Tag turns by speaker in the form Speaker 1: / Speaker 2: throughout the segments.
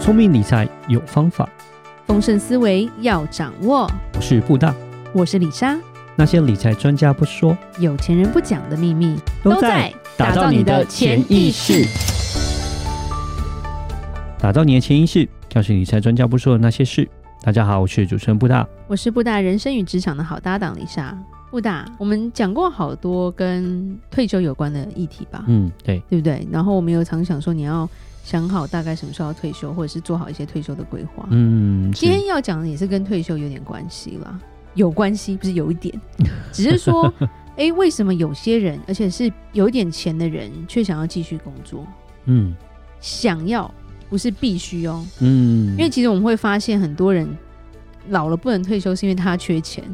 Speaker 1: 聪明理财有方法，
Speaker 2: 丰盛思维要掌握。
Speaker 1: 我是布大。
Speaker 2: 我是李莎，
Speaker 1: 那些理财专家不说，
Speaker 2: 有钱人不讲的秘密
Speaker 1: 打造你的潜意识。，打造你的潜意识，告诉理财专家不说的那些事。大家好，我是主持人布大。
Speaker 2: 我是布大人生与职场的好搭档李莎。布大，我们讲过好多跟退休有关的议题吧，
Speaker 1: 嗯，对，
Speaker 2: 对不对？然后我们有常想说，你要想好大概什么时候要退休，或者是做好一些退休的规划。
Speaker 1: 嗯，
Speaker 2: 今
Speaker 1: 是
Speaker 2: 天要讲的也是跟退休有点关系啦，有关系不是有一 点，只是说，哎、为什么有些人，而且是有一点钱的人，却想要继续工作？
Speaker 1: 嗯
Speaker 2: 想要不是必须哦，
Speaker 1: 嗯，
Speaker 2: 因为其实我们会发现很多人老了不能退休，是因为他缺钱。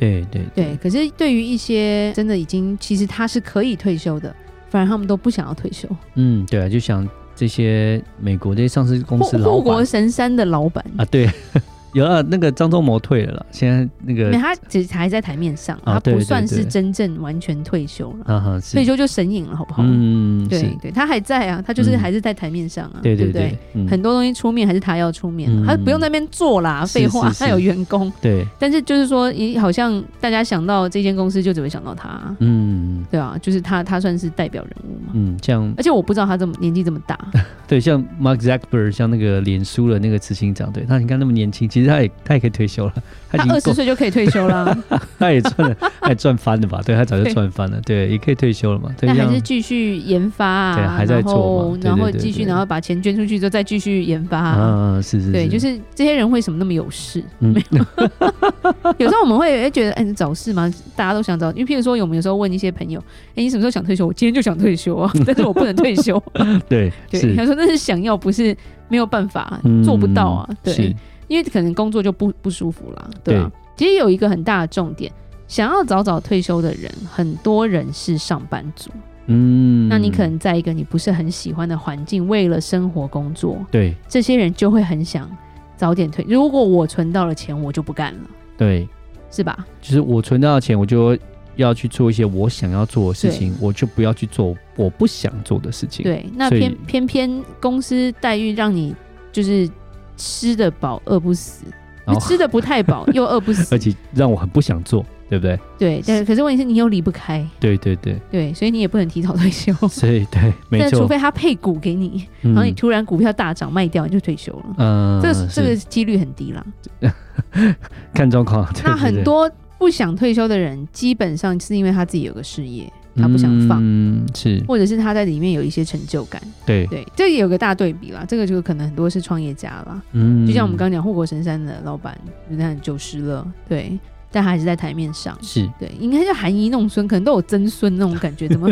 Speaker 1: 对对
Speaker 2: 对，可是对于一些真的已经其实他是可以退休的，反而他们都不想要退休。
Speaker 1: 嗯对啊，就像这些美国这些上市公
Speaker 2: 护
Speaker 1: 司老
Speaker 2: 护国
Speaker 1: 板
Speaker 2: 神山的老板，
Speaker 1: 啊，对， 有啊，那个张忠谋退了啦，现在那
Speaker 2: 没
Speaker 1: 个
Speaker 2: 有他只是还在台面上，
Speaker 1: 啊
Speaker 2: 他
Speaker 1: 对
Speaker 2: 不
Speaker 1: 对
Speaker 2: 算是
Speaker 1: 对
Speaker 2: 真正完全退休了。
Speaker 1: 啊哈是
Speaker 2: 退休就神隐了，好不好？
Speaker 1: 嗯是
Speaker 2: 对对，他还在啊，他就是
Speaker 1: 嗯
Speaker 2: 还是在台面上啊，
Speaker 1: 对
Speaker 2: 不
Speaker 1: 对对，嗯
Speaker 2: 很多东西出面还是他要出面啊，
Speaker 1: 嗯
Speaker 2: 他不用在那边做啦，
Speaker 1: 是
Speaker 2: 废话，
Speaker 1: 是是
Speaker 2: 他有员工。
Speaker 1: 对
Speaker 2: 但是就是说，也好像大家想到这间公司就只会想到他，
Speaker 1: 嗯
Speaker 2: 对啊，就是他，他算是代表人物嘛。
Speaker 1: 嗯，像
Speaker 2: 而且我不知道他这么年纪 这么大，
Speaker 1: 对，像 Mark Zuckerberg，像那个脸书的那个执行长，对他，你看那么年轻，其实他也他也可以退休了，他已
Speaker 2: 他
Speaker 1: 经
Speaker 2: 二十
Speaker 1: 够，
Speaker 2: 岁就可以退休啦，
Speaker 1: 他也 赚了，他也赚翻了吧？对他早就赚翻了，对，也可以退休了嘛。 对，
Speaker 2: 但还
Speaker 1: 像
Speaker 2: 是继续研发
Speaker 1: 对
Speaker 2: 啊，
Speaker 1: 还在
Speaker 2: 然
Speaker 1: 做
Speaker 2: 后
Speaker 1: 嘛对
Speaker 2: 然后
Speaker 1: 对对
Speaker 2: 继续，
Speaker 1: 对
Speaker 2: 然后把钱捐出去之后再继续研发啊。
Speaker 1: 啊，是是，
Speaker 2: 对，就是这些人为什么那么有事？
Speaker 1: 嗯
Speaker 2: 没有，有时候我们会哎觉得，哎，你找事吗？大家都想找，因为譬如说，我们有时候问一些朋友，哎，你什么时候想退休？我今天就想退 休啊，但是我不能退休。
Speaker 1: 对
Speaker 2: 对，
Speaker 1: 是
Speaker 2: 他说那是想要，不是没有办法，
Speaker 1: 嗯
Speaker 2: 做不到啊。对
Speaker 1: 是，
Speaker 2: 因为可能工作就不不舒服啦，对啊。其实有一个很大的重点，想要早早退休的人，很多人是上班族。
Speaker 1: 嗯，
Speaker 2: 那你可能在一个你不是很喜欢的环境，为了生活工作，
Speaker 1: 对
Speaker 2: 这些人就会很想早点退。如果我存到了钱，我就不干了，
Speaker 1: 对，
Speaker 2: 是吧？
Speaker 1: 就是我存到的钱，我就要去做一些我想要做的事情，我就不要去做我不想做的事情。，
Speaker 2: 对，那
Speaker 1: 所以
Speaker 2: 偏偏偏公司待遇让你就是吃得饱饿不死，
Speaker 1: 然
Speaker 2: 就
Speaker 1: 后
Speaker 2: 吃得不太饱又饿不死
Speaker 1: 哦 而，且让我很不想做，对不对？
Speaker 2: 对，但可是问题是你又离不开，
Speaker 1: 对对对，
Speaker 2: 对，所以你也不能提早退休。
Speaker 1: 所以对，没
Speaker 2: 但
Speaker 1: 错
Speaker 2: 除。非他配股给你，
Speaker 1: 嗯
Speaker 2: 然后你突然股票大涨卖掉，你就退休了。
Speaker 1: 嗯，
Speaker 2: 这个
Speaker 1: 是
Speaker 2: 这个几率很低啦。
Speaker 1: 看状况。对
Speaker 2: 那
Speaker 1: 对
Speaker 2: 很
Speaker 1: 对
Speaker 2: 多不想退休的人，基本上是因为他自己有个事业，他不想放，
Speaker 1: 嗯，是
Speaker 2: 或者是他在里面有一些成就感。
Speaker 1: 对，
Speaker 2: 对，这也有个大对比啦。这个就可能很多是创业家啦，
Speaker 1: 嗯，
Speaker 2: 就像我们刚刚讲护国神山的老板，那九十了，对，但他还是在台面上。
Speaker 1: 是，
Speaker 2: 对，应该叫含饴弄孙，可能都有曾孙那种感觉。 怎么？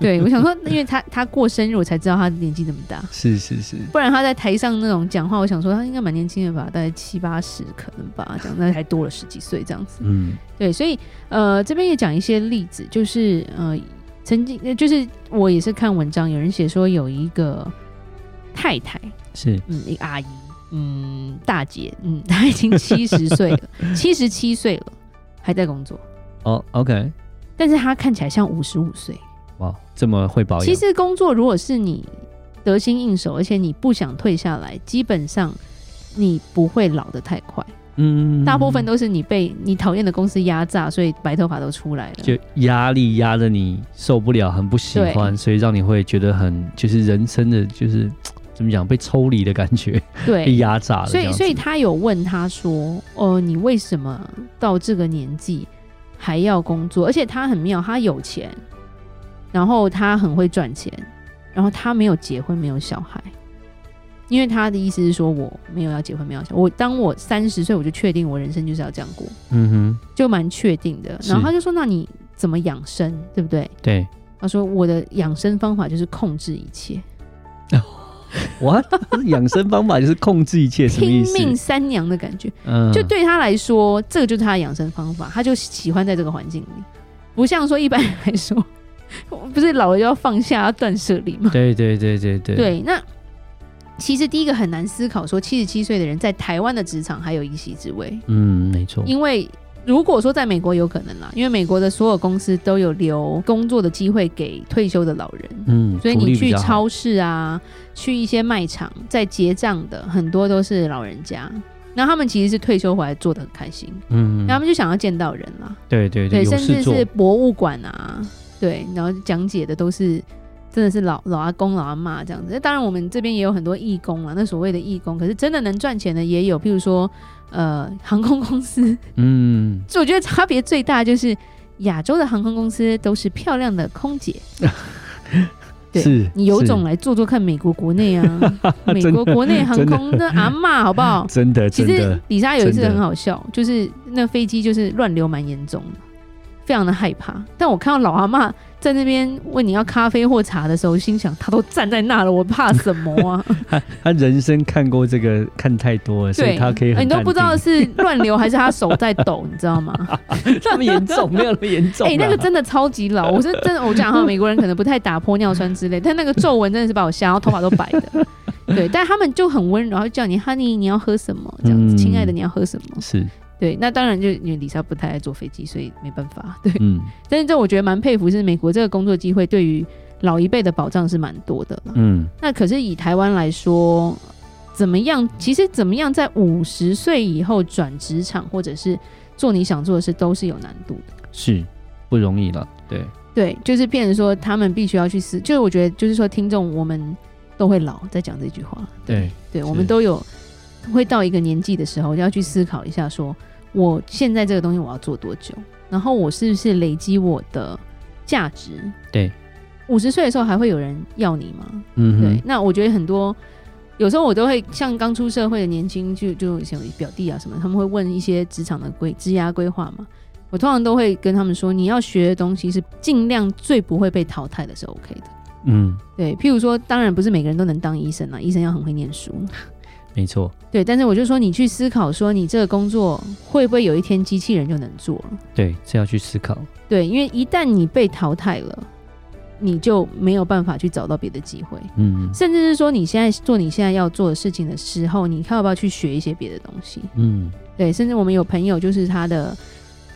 Speaker 2: 对我想说，因为他他过生日，我才知道他年纪这么大。
Speaker 1: 是是是，
Speaker 2: 不然他在台上那种讲话，我想说他应该蛮年轻的吧，大概七八十可能吧，这样那还多了十几岁这样子。
Speaker 1: 嗯
Speaker 2: 对，所以呃，这边也讲一些例子，就是呃，曾经呃就是我也是看文章，有人写说有一个太太，
Speaker 1: 是，
Speaker 2: 嗯，一个阿姨，嗯，大姐，嗯，她已经七十岁了，七十七岁了，还在工作，
Speaker 1: 哦，OK，
Speaker 2: 但是她看起来像五十五岁。
Speaker 1: 哇，这么会保养，
Speaker 2: 其实工作如果是你得心应手，而且你不想退下来，基本上你不会老得太快。
Speaker 1: 嗯
Speaker 2: 大部分都是你被你讨厌的公司压榨，所以白头发都出来了。
Speaker 1: 就压力压着你受不了，很不喜欢，所以让你会觉得很就是人生的就是怎么讲被抽离的感觉，被
Speaker 2: 对，
Speaker 1: 压榨了这
Speaker 2: 所
Speaker 1: 样
Speaker 2: 以
Speaker 1: 子。
Speaker 2: 所以他有问他说：“哦，你为什么到这个年纪还要工作？而且他很妙，他有钱，然后他很会赚钱，然后他没有结婚，没有小孩。”因为他的意思是说，我没有要结婚，没有要小孩。我当我三十岁，我就确定我人生就是要这样过，
Speaker 1: 嗯
Speaker 2: 就蛮确定的。
Speaker 1: 是
Speaker 2: 然后他就说：“那你怎么养生？对不对
Speaker 1: 哼，对，？”
Speaker 2: 他说：“我的养生方法就是控制一切。”
Speaker 1: 哇， 养生方法就是控制一切，什么
Speaker 2: 拼
Speaker 1: 意思？
Speaker 2: 命三娘的感觉。
Speaker 1: 嗯，
Speaker 2: 就对他来说，这个就是他的养生方法，他就喜欢在这个环境里，不像说一般人来说， 不是老了就要放下要断舍离嘛。
Speaker 1: 对对对对对
Speaker 2: 对，那其实第一个很难思考说，七十七岁的人在台湾的职场还有一席之位，
Speaker 1: 嗯，没错，
Speaker 2: 因为如果说在美国有可能啦，因为美国的所有公司都有留工作的机会给退休的老人，
Speaker 1: 嗯，
Speaker 2: 所以
Speaker 1: 福利比
Speaker 2: 你去
Speaker 1: 较好
Speaker 2: 超市啊，去一些卖场，在结账的很多都是老人家，那他们其实是退休回来做的很开心，
Speaker 1: 嗯，
Speaker 2: 然后他们就想要见到人啦，
Speaker 1: 对对
Speaker 2: 对，
Speaker 1: 有
Speaker 2: 甚
Speaker 1: 事
Speaker 2: 至
Speaker 1: 做，
Speaker 2: 是博物馆啊，对，然后讲解的都是真的是老老阿公、老阿妈这样子。那当然，我们这边也有很多义工啊，那所谓的义工，可是真的能赚钱的也有，譬如说呃，航空公司，
Speaker 1: 嗯，
Speaker 2: 我觉得差别最大就是亚洲的航空公司都是漂亮的空姐，对
Speaker 1: 是
Speaker 2: 你有
Speaker 1: 是
Speaker 2: 种来做做看美国国 内啊，美
Speaker 1: 真
Speaker 2: 国国内航
Speaker 1: 真的
Speaker 2: 空那阿嬷好不好？
Speaker 1: 真的
Speaker 2: 其
Speaker 1: 真
Speaker 2: 实
Speaker 1: 的，
Speaker 2: 李莎有一次
Speaker 1: 真的
Speaker 2: 很好笑，就是那飞机就是乱流蛮严重的，非常的害怕。但我看到老阿嬷在那边问你要咖啡或茶的时候，心想她都站在那了，我怕什 么啊？
Speaker 1: 他人生看过这个看太多了，所以
Speaker 2: 对，
Speaker 1: 他可以
Speaker 2: 呃
Speaker 1: 很
Speaker 2: 你都不知道
Speaker 1: 淡
Speaker 2: 是乱流还是她手在抖，你知 道吗？
Speaker 1: 定这么严 重，没有那么严重
Speaker 2: 哎、
Speaker 1: 啦。
Speaker 2: 那个真的超级老，我是真的，我讲哈，美国人可能不太打玻尿酸 之类，但那个皱纹真的是把我吓到，头发都白的。对，但他们就很温柔，然后叫你 “honey”，你要喝什么？这样子，
Speaker 1: 嗯
Speaker 2: 亲爱的，你要喝什么？
Speaker 1: 是
Speaker 2: 对，那当然就因为李莎不太爱坐飞机，所以没办法。对，
Speaker 1: 嗯
Speaker 2: 但是这我觉得蛮佩服，是美国这个工作机会对于老一辈的保障是蛮多的啦。
Speaker 1: 嗯
Speaker 2: 那可是以台湾来说，怎么样？其实怎么样在五十岁以后转职场，或者是做你想做的事，都是有难度的。
Speaker 1: 是不容易了，对，
Speaker 2: 对，就是变成说他们必须要去思，就是我觉得就是说听众我们都会老，在讲这句话，
Speaker 1: 对
Speaker 2: 对，
Speaker 1: 是
Speaker 2: 我们都有会到一个年纪的时候，要去思考一下说，我现在这个东西我要做多久，然后我是不是累积我的价值？
Speaker 1: 对，
Speaker 2: 五十岁的时候还会有人要你吗？
Speaker 1: 嗯
Speaker 2: 对
Speaker 1: 哼，，
Speaker 2: 那我觉得很多。有时候我都会像刚出社会的年轻，就就像表弟啊什么，他们会问一些职场的规、职涯规划嘛。我通常都会跟他们说，你要学的东西是尽量最不会被淘汰的是 OK 的。
Speaker 1: 嗯，
Speaker 2: 对，譬如说，当然不是每个人都能当医生啊，医生要很会念书。
Speaker 1: 没错，
Speaker 2: 对，但是我就说，你去思考说，你这个工作会不会有一天机器人就能做了？
Speaker 1: 对，这要去思考，
Speaker 2: 对，因为一旦你被淘汰了，你就没有办法去找到别的机会。
Speaker 1: 嗯
Speaker 2: 甚至是说你现在做你现在要做的事情的时候，你看要不要去学一些别的东西？
Speaker 1: 嗯
Speaker 2: 对，甚至我们有朋友就是他的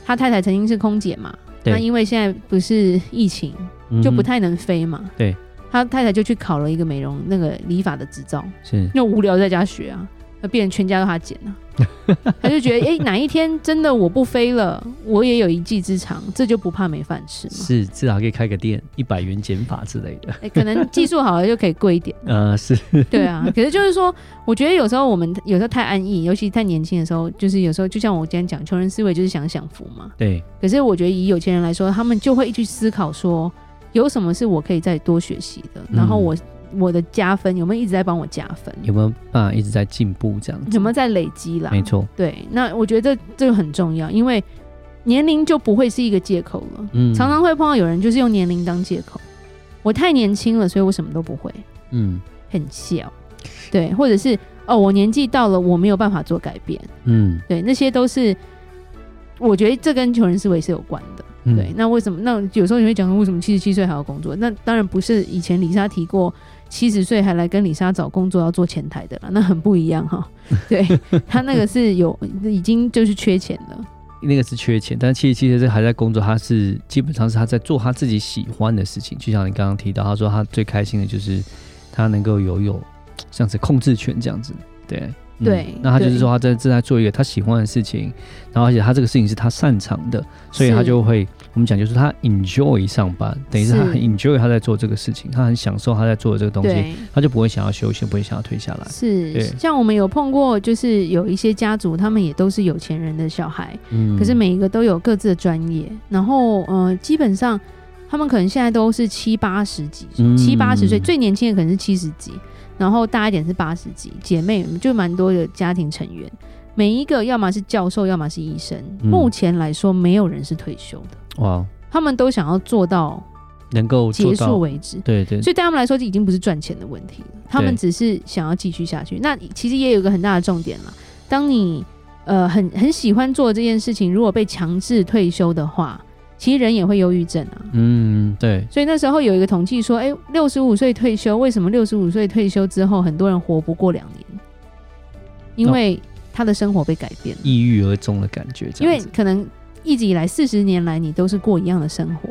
Speaker 2: 他太太曾经是空姐嘛，
Speaker 1: 对
Speaker 2: 那因为现在不是疫情，
Speaker 1: 嗯
Speaker 2: 就
Speaker 1: 哼
Speaker 2: 不太能飞嘛，
Speaker 1: 对，
Speaker 2: 他太太就去考了一个美容那个理发的执 照，
Speaker 1: 是
Speaker 2: 因为无聊在家学啊，那变成全家都他剪了、 啊，他就觉得哎、诶哪一天真的我不飞了，我也有一技之长，这就不怕没饭吃嘛。
Speaker 1: 是，至少可以开个店，一百元减法之类的，
Speaker 2: 诶可能技术好了就可以贵 一点，
Speaker 1: 呃，是
Speaker 2: 对啊，可是就是说，我觉得有时候我们有时候太安逸，尤其太年轻的时候，就是有时候就像我今天讲，穷人思维就是想享福嘛。
Speaker 1: 对，
Speaker 2: 可是我觉得以有钱人来说，他们就会去思考说，有什么是我可以再多学习的，然后我、我的加分有没有一直在帮我加分，
Speaker 1: 有没有办法一直在进步这样子？
Speaker 2: 有没有在累积啦？
Speaker 1: 没错，
Speaker 2: 对，那我觉得这这个很重要，因为年龄就不会是一个借口了。
Speaker 1: 嗯，
Speaker 2: 常常会碰到有人就是用年龄当借口，我太年轻了，所以我什么都不会。
Speaker 1: 嗯
Speaker 2: 很小，对，或者是哦，我年纪到了，我没有办法做改变，
Speaker 1: 嗯
Speaker 2: 对，那些都是我觉得这跟穷人思维是有关的。
Speaker 1: 嗯，
Speaker 2: 对，那为什么？那有时候你会讲，为什么七十七岁还要工作？那当然不是以前李莎提过，七十岁还来跟李莎找工作要做前台的啦，那很不一 样哈。对他那个是有已经就是缺钱了，
Speaker 1: 那个是缺钱，但七十七岁这还在工作，他是基本上是他在做他自己喜欢的事情。就像你刚刚提到，他说他最开心的就是他能够有有像是控制权这样子，对。嗯
Speaker 2: 对
Speaker 1: 那他就是
Speaker 2: 对
Speaker 1: 说他在正在做一个他喜欢的事情，然后而且他这个事情是他擅长的，所以
Speaker 2: 是
Speaker 1: 他就会我们讲就是他 enjoy 上班，等于是他
Speaker 2: 是
Speaker 1: 很 enjoy 他在做这个事情，他很享受他在做的这个东西，
Speaker 2: 对。
Speaker 1: 他就不会想要休息，不会想要退下来。
Speaker 2: 是
Speaker 1: 对，
Speaker 2: 像我们有碰过，就是有一些家族，他们也都是有钱人的小孩，
Speaker 1: 嗯
Speaker 2: 可是每一个都有各自的专业，然后呃，基本上他们可能现在都是七八十几，
Speaker 1: 嗯
Speaker 2: 七八十岁最年轻的可能是七十几，然后大一点是八十几，姐妹就蛮多的家庭成员，每一个要么是教授，要么是医生。
Speaker 1: 嗯
Speaker 2: 目前来说，没有人是退休的，
Speaker 1: 哇，
Speaker 2: 他们都想要做到
Speaker 1: 能够
Speaker 2: 结
Speaker 1: 做
Speaker 2: 束
Speaker 1: 到，
Speaker 2: 为止。
Speaker 1: 对对，
Speaker 2: 所以对他们来说，这已经不是赚钱的问题了，他们
Speaker 1: 对
Speaker 2: 只是想要继续下去。那其实也有一个很大的重点啦，当你呃很很喜欢做这件事情，如果被强制退休的话，其实人也会忧郁症啊。
Speaker 1: 嗯对，
Speaker 2: 所以那时候有一个统计说，哎，六十五岁退休，为什么六十五岁退休之后，很多人活不过两年？
Speaker 1: 哦
Speaker 2: 因为他的生活被改变了，
Speaker 1: 抑郁而终的感觉，这
Speaker 2: 因
Speaker 1: 样
Speaker 2: 为
Speaker 1: 子。
Speaker 2: 可能一直以来四十年来你都是过一样的生活，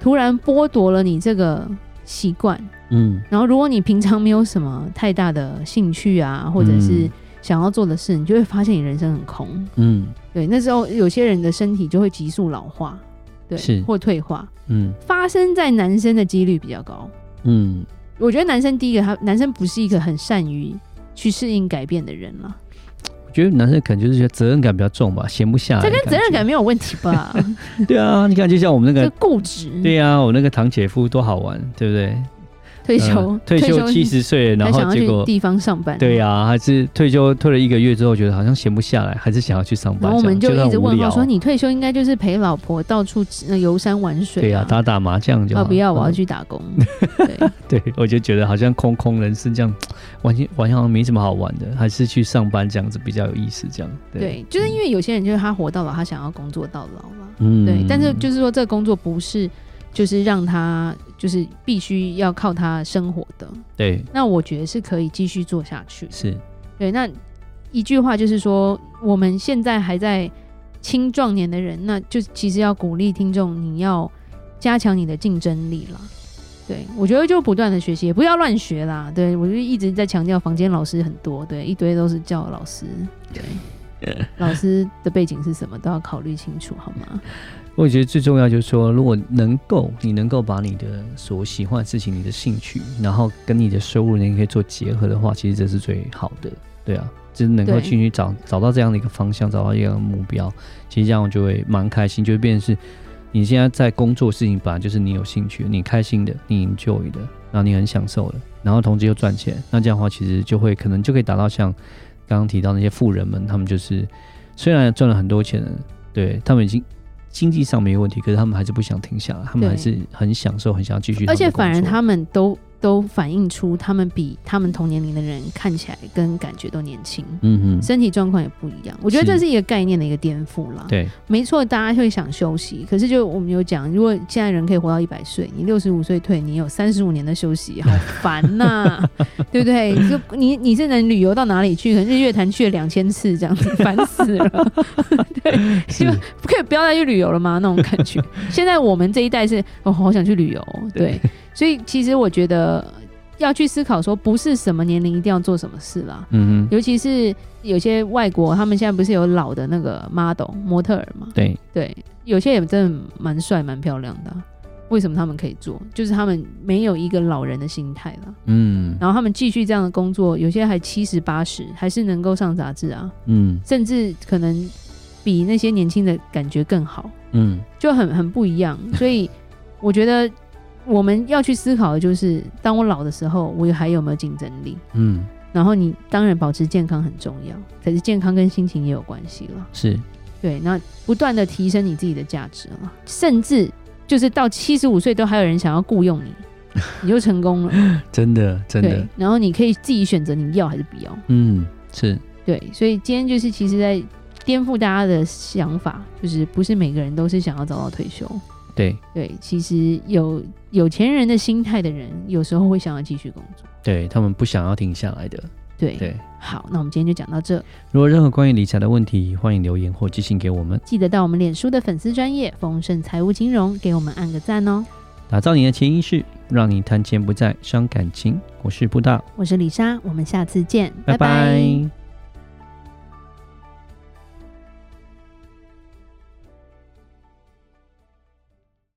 Speaker 2: 突然剥夺了你这个习惯，
Speaker 1: 嗯
Speaker 2: 然后如果你平常没有什么太大的兴趣啊，或者是
Speaker 1: 嗯
Speaker 2: 想要做的事，你就会发现你人生很空。
Speaker 1: 嗯
Speaker 2: 对，那时候有些人的身体就会急速老化，对，
Speaker 1: 是
Speaker 2: 或退化，
Speaker 1: 嗯
Speaker 2: 发生在男生的几率比较高。
Speaker 1: 嗯，
Speaker 2: 我觉得男生第一个，他男生不是一个很善于去适应改变的人了，
Speaker 1: 我觉得男生可能就是觉得责任感比较重吧，闲不下来。
Speaker 2: 这跟责任感没有问题吧？
Speaker 1: 啊 感觉，对啊，你看就像我们那
Speaker 2: 这
Speaker 1: 个，
Speaker 2: 固执，
Speaker 1: 对啊，我那个堂姐夫多好玩，对不对？
Speaker 2: 退休、
Speaker 1: 呃退休七十岁，
Speaker 2: 还
Speaker 1: 然
Speaker 2: 想
Speaker 1: 后
Speaker 2: 要
Speaker 1: 结
Speaker 2: 去
Speaker 1: 果。
Speaker 2: 地方上班，
Speaker 1: 对、啊呀、还是退休退了一个月之后，觉得好像闲不下来，还是想要去上班。
Speaker 2: 然后我们
Speaker 1: 这
Speaker 2: 就
Speaker 1: 样觉得
Speaker 2: 一直
Speaker 1: 很无
Speaker 2: 问
Speaker 1: 聊
Speaker 2: 号说，你退休应该就是陪老婆到处呃游山玩水、
Speaker 1: 对呀、啊打打麻将就好。
Speaker 2: 啊，不要，我要
Speaker 1: 嗯
Speaker 2: 去打工。 对，
Speaker 1: 对，我就觉得好像空空人生这样，玩些玩好像没什么好玩的，还是去上班这样子比较有意思。这样，对，
Speaker 2: 对，就是因为有些人就是他活到老，他想要工作到老嘛。
Speaker 1: 嗯
Speaker 2: 对，但是就是说这个工作不是就是让他就是必须要靠他生活的，
Speaker 1: 对，
Speaker 2: 那我觉得是可以继续做下去的。
Speaker 1: 是，
Speaker 2: 对，那一句话就是说，我们现在还在青壮年的人，那就其实要鼓励听众，你要加强你的竞争力啦。对，我觉得就不断的学习，也不要乱学啦。对我就一直在强调，房间老师很多，对，一堆都是叫老师，对， 老师的背景是什么都要考虑清楚，好吗？
Speaker 1: 我觉得最重要就是说，如果能够你能够把你的所喜欢的事情、你的兴趣，然后跟你的收入你可以做结合的话，其实这是最好的。对啊，就是能够
Speaker 2: 对
Speaker 1: 去去找找到这样的一个方向，找到一个目标，其实这样我就会蛮开心，就会变成是你现在在工作的事情本来就是你有兴趣、你开心的、你 enjoy 的，然后你很享受的，然后同时又赚钱，那这样的话其实就会可能就可以达到像刚刚提到那些富人们，他们就是虽然赚了很多钱，对他们已经经济上没有问题，可是他们还是不想停下来，他们
Speaker 2: 对
Speaker 1: 还是很享受，很想要继续们的
Speaker 2: 而
Speaker 1: 工作。
Speaker 2: 且反而他们都都反映出，他们比他们同年龄的人看起来跟感觉都年轻。
Speaker 1: 嗯嗯，
Speaker 2: 身体状况也不一样。我觉得
Speaker 1: 是
Speaker 2: 这是一个概念的一个颠覆啦。，
Speaker 1: 对，
Speaker 2: 没错，大家会想休息，可是就我们有讲，如果现在人可以活到一百岁，你六十五岁退，你有三十五年的休息，好烦呐、 对不对？就你你是能旅游到哪里去？可能日月潭去了两千次这样子，烦死了。 对，希望不可以不要再去旅游了吗？那种感觉。现在我们这一代是，哦，好想去旅游，对，所以其实我觉得要去思考说，不是什么年龄一定要做什么事啦。
Speaker 1: 嗯哼，
Speaker 2: 尤其是有些外国，他们现在不是有老的那个 model 模特儿嘛？
Speaker 1: 对，
Speaker 2: 对，有些也真的蛮帅、蛮漂亮的啊、为什么他们可以做？就是他们没有一个老人的心态啦。
Speaker 1: 嗯
Speaker 2: 然后他们继续这样的工作，有些还七十八十，还是能够上杂志啊，
Speaker 1: 嗯
Speaker 2: 甚至可能比那些年轻的感觉更好，
Speaker 1: 嗯，
Speaker 2: 就很很不一样。所以我觉得我们要去思考的就是，当我老的时候，我还有没有竞争力？
Speaker 1: 嗯，
Speaker 2: 然后你当然保持健康很重要，可是健康跟心情也有关系了。
Speaker 1: 是，
Speaker 2: 对，那不断的提升你自己的价值了，甚至就是到七十五岁都还有人想要 雇佣你，你就成功了。
Speaker 1: 真的真
Speaker 2: 对
Speaker 1: 的，，
Speaker 2: 然后你可以自己选择你要还是不要。
Speaker 1: 嗯，是，
Speaker 2: 对，所以今天就是其实在颠覆大家的想法，就是不是每个人都是想要早早退休。
Speaker 1: 对
Speaker 2: 对，其实有有钱人的心态的人，有时候会想要继续工作。
Speaker 1: 对，他们不想要停下来的，
Speaker 2: 对，
Speaker 1: 对。
Speaker 2: 好，那我们今天就讲到这。
Speaker 1: 如果任何关于理财的问题，欢迎留言或寄信给我们。
Speaker 2: 记得到我们脸书的粉丝专业丰盛财务金融，给我们按个赞哦。
Speaker 1: 打造你的潜意识，让你谈钱不再伤感情。我是布大，
Speaker 2: 我是李莎，我们下次见，
Speaker 1: 拜拜